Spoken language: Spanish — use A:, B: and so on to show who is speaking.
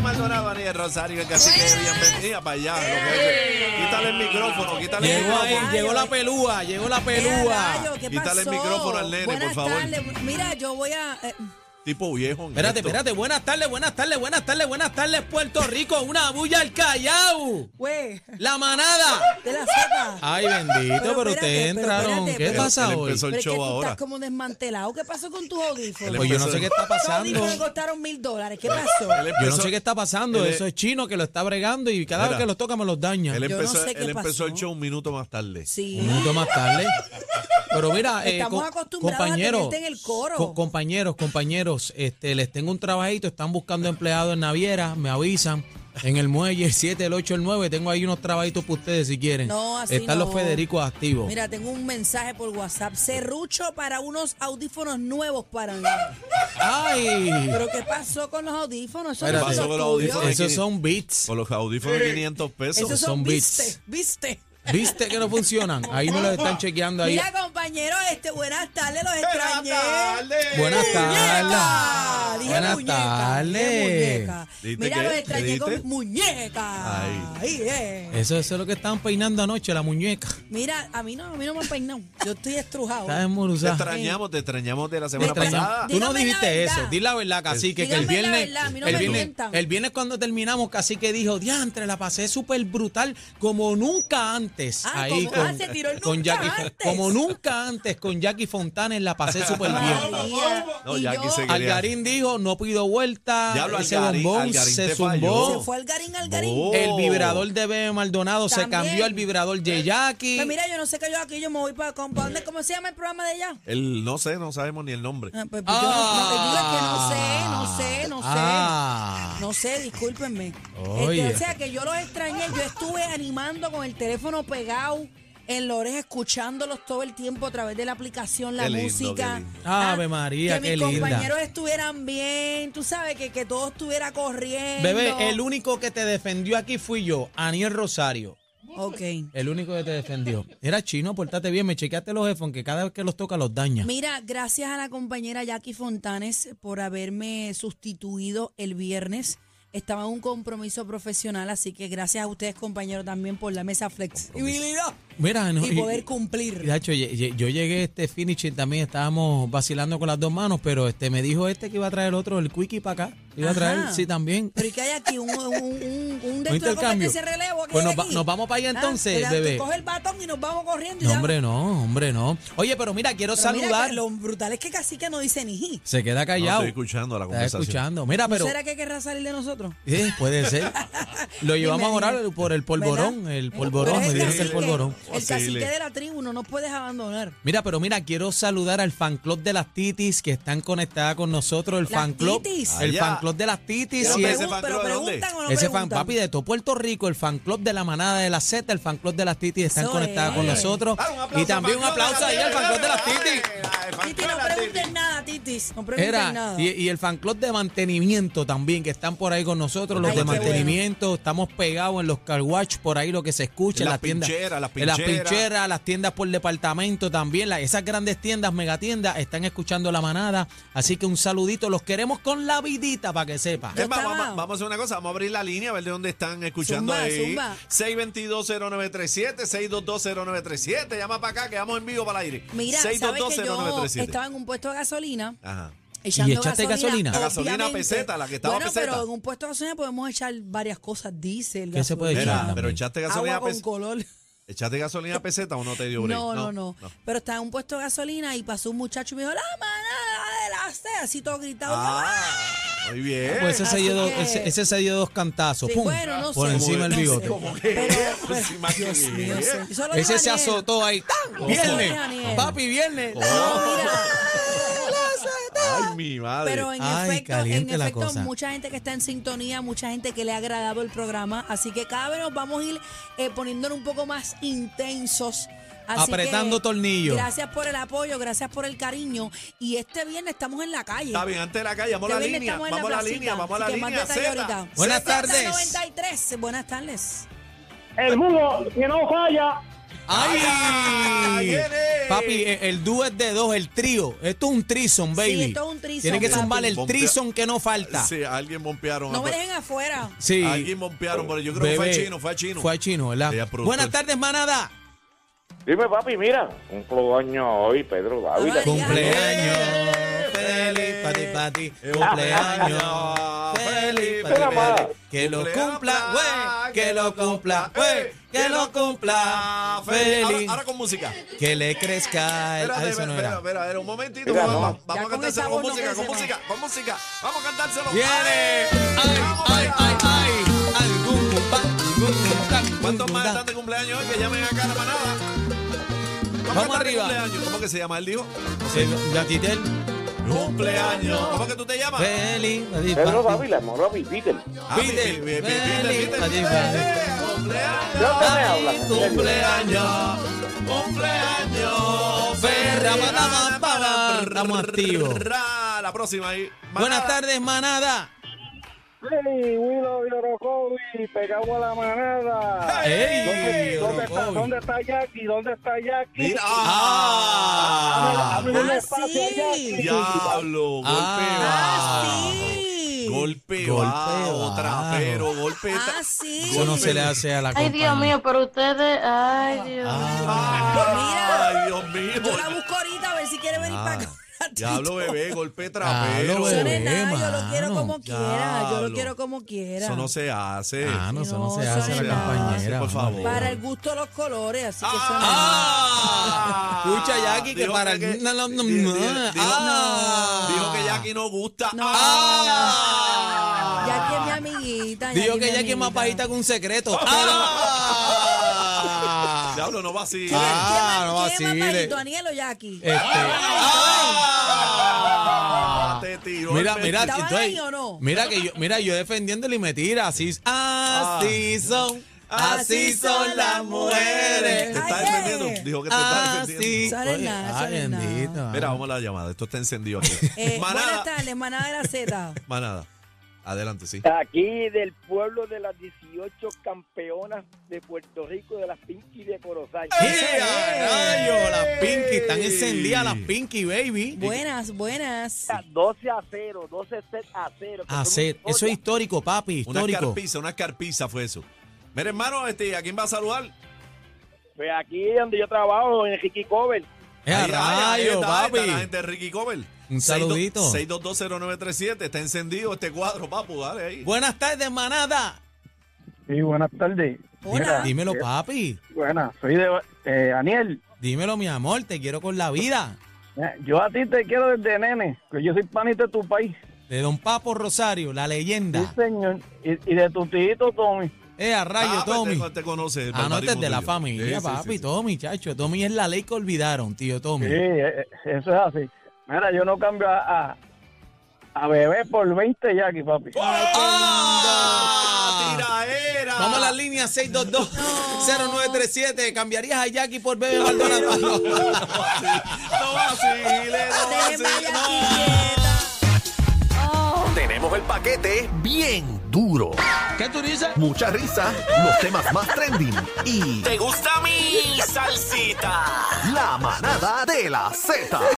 A: María Rosario, el cacique de bienvenida para allá. lo que es. Quítale el micrófono, quítale el
B: Llegó ahí,
A: micrófono.
B: llegó la pelúa, llegó la pelúa.
C: ¿Qué
A: Quítale el
C: pasó?
A: micrófono al nene, por
C: Buenas
A: favor.
C: tardes. Mira, yo voy a. eh,
A: Tipo viejo. en
B: Espérate,
A: esto.
B: espérate, buenas tardes, buenas tardes, buenas tardes, buenas tardes, Puerto Rico, una bulla al Callao,
C: güey,
B: la manada.
C: de la
A: Ah,
C: Z.
B: Ay, bendito, pero
C: Pero espérate,
B: ustedes
C: pero
B: entraron,
C: espérate,
B: ¿qué
C: pero-
B: pasa
A: Él
B: hoy?
A: empezó el
C: Pero es que
A: show
C: tú
A: ahora.
C: estás como desmantelado. ¿Qué pasó con tus audífonos?
B: Pues yo no sé qué está
C: Tus
B: pasando,
C: audífonos me costaron mil dólares. ¿Qué pasó?
A: Él
B: yo no
A: empezó-
B: sé qué está pasando,
A: él-
B: eso es chino que lo está bregando y cada
A: Mira.
B: vez que los toca me los daña.
A: Él
C: Yo no
A: empezó,
C: sé qué
A: él empezó el
C: pasó.
A: show un minuto más tarde.
B: Un
C: Sí.
B: minuto más tarde. Pero mira, eh,
C: Estamos
B: co-
C: acostumbrados a tenerte en el coro.
B: co- compañeros, compañeros, este, les tengo un trabajito, están buscando empleados en Naviera, me avisan. En el muelle, el 7, el 8, el 9, tengo ahí unos trabajitos para ustedes si quieren.
C: No, así
B: Están
C: no.
B: los Federicos activos.
C: Mira, tengo un mensaje por WhatsApp. Serrucho para unos audífonos nuevos para mí.
B: ¡Ay!
C: ¿Pero qué pasó con los audífonos? Eso
B: Espérate.
C: no
B: ¿Qué pasó
A: con los
C: tuyos.
A: audífonos?
B: Esos son beats.
A: Con los audífonos de 500 pesos.
C: Esos
B: son
C: son
B: beats.
C: viste, viste.
B: ¿Viste que no funcionan? Ahí me los están chequeando ahí.
C: Mira, compañero, este, buenas tardes, los
A: Buenas
C: extrañé.
A: tardes.
B: Buenas
C: ¡Muñeca!
B: tardes.
C: Dije muñeca, dije muñeca.
B: Buenas tardes.
A: ¿Dijiste
C: Mira,
A: qué?
C: los
A: ¿Qué
C: extrañé
A: dijiste?
C: con muñeca.
A: Ahí.
C: Ahí, eh.
B: Eso, eso es lo que estaban peinando anoche, la muñeca.
C: Mira, a mí no, a mí no me han peinado. Yo estoy estrujado.
B: Está
A: Te
B: desmoruzada.
A: extrañamos, te extrañamos de la
B: Me
A: semana
B: extrañó.
A: pasada.
B: Tú no
C: Dígame la
B: dijiste
C: verdad.
B: eso. Di la verdad, cacique, que
C: Dígame
B: el
C: la
B: viernes.
C: verdad, a mí no
B: el,
C: me
B: viernes
C: mientan.
B: el viernes cuando terminamos, cacique dijo: Diantre, la pasé súper brutal, como nunca antes.
C: Ah,
B: ahí
C: como-
B: con,
C: ah, se tiró el
B: con
C: nunca
B: Jackie Fon-
C: antes.
B: Como nunca antes con Jackie Fontanes la pasé súper bien.
C: María.
A: No,
C: Y
A: ya
C: yo-
A: aquí se quería.
B: Algarín dijo: No pido vuelta.
A: Diablo,
B: ese
A: Algarín,
B: bombón
A: Algarín
B: se
A: te
B: zumbó.
A: falló.
C: Se fue Algarín, Algarín.
A: Oh.
B: El vibrador de Bebe Maldonado se
C: También.
B: cambió al vibrador de Jackie.
C: Pues mira, yo no sé qué yo aquí, yo me voy para ¿para dónde? ¿Cómo se llama el programa de ella?
A: El, no sé, no sabemos ni el nombre.
C: Ah, pues, yo no, no te digo que no
B: Ah.
C: sé, no sé, no sé.
B: Ah.
C: No sé, discúlpenme.
B: Oye.
C: Este, o sea, que yo los extrañé. Yo estuve animando con el teléfono pegado en la oreja, escuchándolos todo el tiempo a través de la aplicación, la
A: Qué lindo,
C: música.
A: qué lindo.
C: Ah,
B: Ave María,
C: que mis
B: qué linda.
C: compañeros estuvieran bien, tú sabes, que, que todo estuviera corriendo.
B: Bebé, el único que te defendió aquí fui yo, Aniel Rosario.
C: Ok.
B: El único que te defendió. Era chino, portate bien, me chequeaste los headphones que cada vez que los toca los daña.
C: Mira, gracias a la compañera Jackie Fontanes por haberme sustituido el viernes. Estaba en un compromiso profesional, así que gracias a ustedes, compañeros, también por la mesa flexibilidad
B: Mira, no,
C: y poder
B: y,
C: cumplir.
B: de hecho, ye- ye- yo llegué este finishing también, estábamos vacilando con las dos manos, pero este me dijo este que iba a traer otro, el quickie para acá. Iba a traer,
C: Ajá.
B: sí, también.
C: Pero ¿y qué hay aquí? ¿Un, un, un, un de
B: Un
C: esto de
B: intercambio.
C: competencia de relevo? que
B: Pues
C: hay
B: nos va-
C: aquí?
B: nos vamos para allá
C: Ah,
B: entonces,
C: espera,
B: bebé.
C: tú Coge el batón y nos vamos corriendo. y
B: No,
C: ya.
B: hombre, no, hombre, no. Oye, pero mira, quiero
C: Pero mira,
B: saludar.
C: que lo brutal es que Cacique no dice ni ji.
B: Se queda
A: No,
B: callado.
A: estoy escuchando la
B: Está
A: conversación.
B: escuchando. Mira,
C: ¿No
B: pero.
C: será que querrá salir de nosotros?
B: Eh, puede ser. Lo llevamos
C: Dime,
B: a orar
C: dime.
B: por el polvorón.
C: ¿Verdad? Eh,
B: El polvorón,
C: Pero
B: me
C: es
B: dijeron que el
C: cacique,
B: polvorón.
C: El
A: Posible.
C: cacique de la tribu no nos puedes abandonar.
B: Mira, pero mira, quiero saludar al fan club de las titis que están conectadas con nosotros. El
C: ¿Las
B: fan club.
C: titis?
B: El
A: Allá.
B: fan club de las titis.
A: Pero
B: y
A: ese
B: el-
A: fan
C: pregun- pero
A: club, ¿de dónde?
C: preguntan o no
B: ese fan
C: preguntan.
B: papi de todo Puerto Rico, el fan club de la manada de la Z, el fan club de las titis están
C: Eso
B: conectadas
C: es.
B: con nosotros.
A: Ah, un aplauso
B: Y también un
A: al fan
B: aplauso ahí al fan club de las titis.
C: Titi,
A: Dale,
C: no
A: dale, dale.
C: pregunten nada, Titis. No pregunten
B: Era,
C: nada.
B: y, y el fan club de mantenimiento también, que están por ahí con nosotros, los
C: Ay,
B: de
C: qué bueno.
B: mantenimiento, estamos pegados en los car watch, por ahí lo que se escucha,
A: En
B: en
A: las
B: las tiendas.
A: pincheras, las
B: en las
A: pincheras.
B: pincheras, las tiendas por departamento también, la- esas grandes tiendas, megatiendas, están escuchando la manada. Así que un saludito, los queremos con la vidita para que sepa.
C: Yo
A: Es más,
C: estaba-
A: vamos, vamos a hacer una cosa, vamos a abrir la línea a ver de dónde están escuchando
C: Zumba,
A: ahí.
C: zumba.
A: 622-0937, 622-0937, llama para acá que vamos en vivo para el aire.
C: Mira, ¿sabes que yo
A: 622-0937.
C: estaba en un puesto de gasolina
A: Ajá.
C: echando
B: echaste gasolina?
A: La gasolina
C: obviamente.
A: peseta, la que estaba
C: bueno,
A: peseta.
C: pero en un puesto de gasolina podemos echar varias cosas, diésel,
B: ¿Qué se puede
C: gasolina,
B: echar?
A: Mira,
B: también.
A: pero echaste gasolina,
C: agua con
A: pes-
C: color.
A: echaste gasolina peseta o no te dio break.
C: No, no, no, Pero estaba en un puesto de gasolina y pasó un muchacho y me dijo, la manada de la C", así todo gritado.
A: Ah, muy bien.
B: Pues ese se,
C: Así
B: dio, dos-
C: que-
B: ese, ese se dio dos cantazos,
C: Sí,
B: pum,
C: bueno, no
B: por
C: sé.
B: encima del
C: No sé.
B: bigote.
A: ¿Cómo que?
C: Pero-
A: Pues, imagínate.
C: Dios mío, sí. Solo
B: Ese
C: dijo
B: se
C: Daniel.
B: azotó ahí. ¡Tan! Viernes,
C: Daniel.
B: papi, viernes.
C: No, mira.
A: Ay, mi madre.
C: Pero en
B: Ay,
C: efecto, en
B: caliente la
C: efecto
B: cosa.
C: mucha gente que está en sintonía, mucha gente que le ha agradado el programa. Así que cada vez nos vamos a ir eh, poniéndonos un poco más intensos. Así
B: Apretando
C: que
B: tornillos.
C: Gracias por el apoyo, gracias por el cariño. Y este viernes estamos en la calle.
A: Está bien, antes de la calle, vamos a
C: Este
A: la
C: viernes
A: línea,
C: estamos en
A: vamos a la
C: placita.
A: línea, vamos a
C: Así
A: la
C: que más
A: línea.
C: detalle
A: Zeta.
C: ahorita.
B: Buenas
C: Zeta
B: tardes.
C: 93. Buenas tardes.
D: El mundo que no falla
A: ¡Ay!
B: ¡Ay!
A: ¡Viene!
B: Papi, el, el dúo es de dos, el trío. Esto es un trison, baby.
C: esto es un threesome,
B: Tiene que
C: papi.
B: zumbar el
A: Bombea-
B: trison que no falta. Sí.
A: Sí, a alguien bompearon.
C: No me dejen afuera.
A: A alguien bompearon, pero yo creo que fue
B: Bebé,
A: a chino, fue a chino.
B: Fue a chino, ¿verdad?
A: Ella productor.
B: Buenas tardes, manada.
D: Dime, papi, mira, un años hoy, Pedro Dávila.
C: Ay,
B: Cumpleaños.
A: ¡Eh!
B: Feliz para ti, para ti.
A: ¡Eh!
B: Cumpleaños.
A: ¡Ah!
B: Feliz para
D: Mira,
B: ti, para
D: ma.
B: ti. Que lo
A: Cumpleaños,
B: cumpla, güey. Que lo cumpla,
A: ¡Eh! ah,
B: güey. Que lo cumpla.
A: Feliz. Ahora,
B: Feliz.
A: ahora con música.
B: Que le crezca. el-
A: Espérate,
B: Ah, eso
A: espera,
B: no
A: espera,
B: era.
A: espera, espera, un momentito.
D: Mira,
A: vamos,
D: no.
A: vamos
C: Ya
A: a
C: con
A: cantárselo
C: esa
A: con
C: voz no
A: música, con
C: crece
A: música, con música. Vamos a cantárselo.
B: ¡Viene!
A: ¡Ale!
B: ¡Ay,
A: Vamos
B: ay,
A: allá.
B: ay, ay! Algún compa, algún compa, algún
A: ¿Cuántos más
B: compa.
A: están de cumpleaños hoy que llamen acá a la manada? ¿Cuántos
B: Vamos
A: están de
B: arriba.
A: cumpleaños? ¿Cómo que se llama? Él dijo.
B: Sí, Gatitel.
A: Cumpleaños. ¿Cómo que tú te llamas?
B: Feliz. feliz,
D: Pedro
B: papi.
D: Dávila, no Robbie, Peter. ¿De
A: Ah,
B: Fidel,
A: Fidel, Fidel,
B: Fidel,
A: Fidel, Fidel,
B: Fidel.
A: Fidel, cumpleaños.
D: dónde me hablas?
B: Ay,
D: en serio?
A: Cumpleaños, cumpleaños,
B: Ferra, patama, para,
A: ferra,
B: estamos activos.
A: ra, La próxima ahí.
B: Buenas
A: Manada.
B: tardes, manada.
E: Hey, Willow Yorokovi, pegamos a la manada.
B: ¡Ey!
E: ¿Dónde, está,
B: Orocovi.
E: ¿Dónde está Jackie? ¿Dónde está Jackie?
A: Mira,
B: Ah.
A: ah,
E: Abre un
C: Ah,
E: espacio a
C: sí.
E: Jackie.
A: diablo, golpe
B: Ah,
A: bajo.
C: sí.
A: Golpe,
B: Golpe
A: bajo,
B: bajo.
A: trapero, golpe. tra-
C: Ah, sí.
B: Eso no se le hace a la
F: Ay, Dios
B: compañía.
F: mío, pero ustedes. Ay, Dios mío.
A: Ah, Ay, Dios
C: Yo la
A: mío.
C: busco ahorita a ver si quiere venir
B: Ah.
C: para acá. un ratito.
A: Diablo, bebé, golpe trapero.
B: Diablo,
C: Eso no
B: bebé.
C: es nada, yo lo quiero
B: mano.
C: como quiera. Yo
A: Diablo.
C: lo quiero como quiera.
A: Eso no se hace.
B: Ah, no, eso no se
C: No,
B: hace a
C: eso
B: la
C: no.
B: compañera.
A: Sí, por
B: mano.
A: favor.
C: Para el gusto de los colores, así que eso no-
A: Ah.
B: Escucha, Jackie, que
A: Dijo
B: para el- no, no, no,
A: di- di-
B: no.
A: dijo-
B: Ah.
A: Dijo que Jackie no gusta.
C: No.
A: Ah.
C: Ya que es mi amiguita.
B: Dijo
C: es mi
B: que Jackie es más
C: amiguita.
B: pajita que un secreto. ¡Ah!
A: Diablo, no va así.
C: ¿Quién es-
B: Ah,
C: quién es-
B: no
C: ¿Quién es más
B: vacile.
C: bajito, Aniel o Jackie?
B: Este,
A: Ah. Te tiró
B: mira,
A: el
B: mira,
A: metiche.
C: ¿Estaban
B: entonces,
C: ahí o no?
B: mira que yo, mira yo defendiéndole y me tira así,
A: Ah.
B: así son, así son las
A: Te
B: mujeres.
A: está
C: Ay,
A: defendiendo.
C: eh.
A: Dijo que te está
B: Así.
A: defendiendo.
C: Sale nada,
B: Ay,
C: sale nada.
B: bendito.
A: Mira, vamos a la llamada. Esto está encendido aquí.
C: Eh, buenas
A: Manada.
C: tardes, manada de la Z.
A: Manada. Adelante, sí.
E: Aquí del pueblo de las 18 campeonas de Puerto Rico de las Pinky de Corozal.
B: ¡Ea, rayo! Las Pinky, están
A: ¡Ey!
B: encendidas las Pinky, baby.
C: Buenas, buenas.
E: 12 a 0, 12 set a 0.
B: A hacer, eso es histórico, papi,
A: Una
B: histórico.
A: carpiza, una carpiza fue eso. Mira, hermano, este, ¿a quién va a saludar?
E: Pues aquí donde yo trabajo, en Ricky Cover.
B: ¡Ea,
A: Ahí- ahí
B: Eh, rayo,
A: está, ahí está la
B: papi!
A: gente de Ricky Cover.
B: Un
A: 62-
B: saludito.
A: 6220937. Está encendido este cuadro, papu. Dale ahí.
B: Buenas tardes, manada.
G: Sí, buenas tardes.
C: Hola.
B: Dímelo, papi.
G: Buenas, soy de eh, Daniel.
B: Dímelo, mi amor, te quiero con la vida.
G: eh, Yo a ti te quiero desde nene, que yo soy panita de tu país.
B: De Don Papo Rosario, la
G: Sí,
B: leyenda.
G: señor. Y, y de tu tío Tommy.
B: ¡Ea, Eh, rayo,
A: Ah, pues
B: Tommy!
A: Te, te conoce. el
B: Ah, no,
A: barbarismo
B: desde la
A: tuyo.
B: familia,
A: Sí, sí,
B: papi.
A: sí, sí.
B: Tommy, chacho. Tommy es la ley que olvidaron, tío Tommy.
G: Sí, eh, eh, eso es así. Mira, yo no cambio a, a, a bebé por 20 Jackie, papi.
A: ¡Ah! ¡Tiraera!
B: Vamos a la línea 622-0937. ¿Cambiarías a Jackie por Bebe Maldonado?
A: No vacile, no
C: Déjeme a
A: vacile.
C: Jackie
A: no.
C: quieta.
H: Tenemos el paquete bien duro.
B: ¿Qué tú dices?
H: Mucha risa, los temas más trending y... ¿Te gusta mi salsita? La manada de la Z.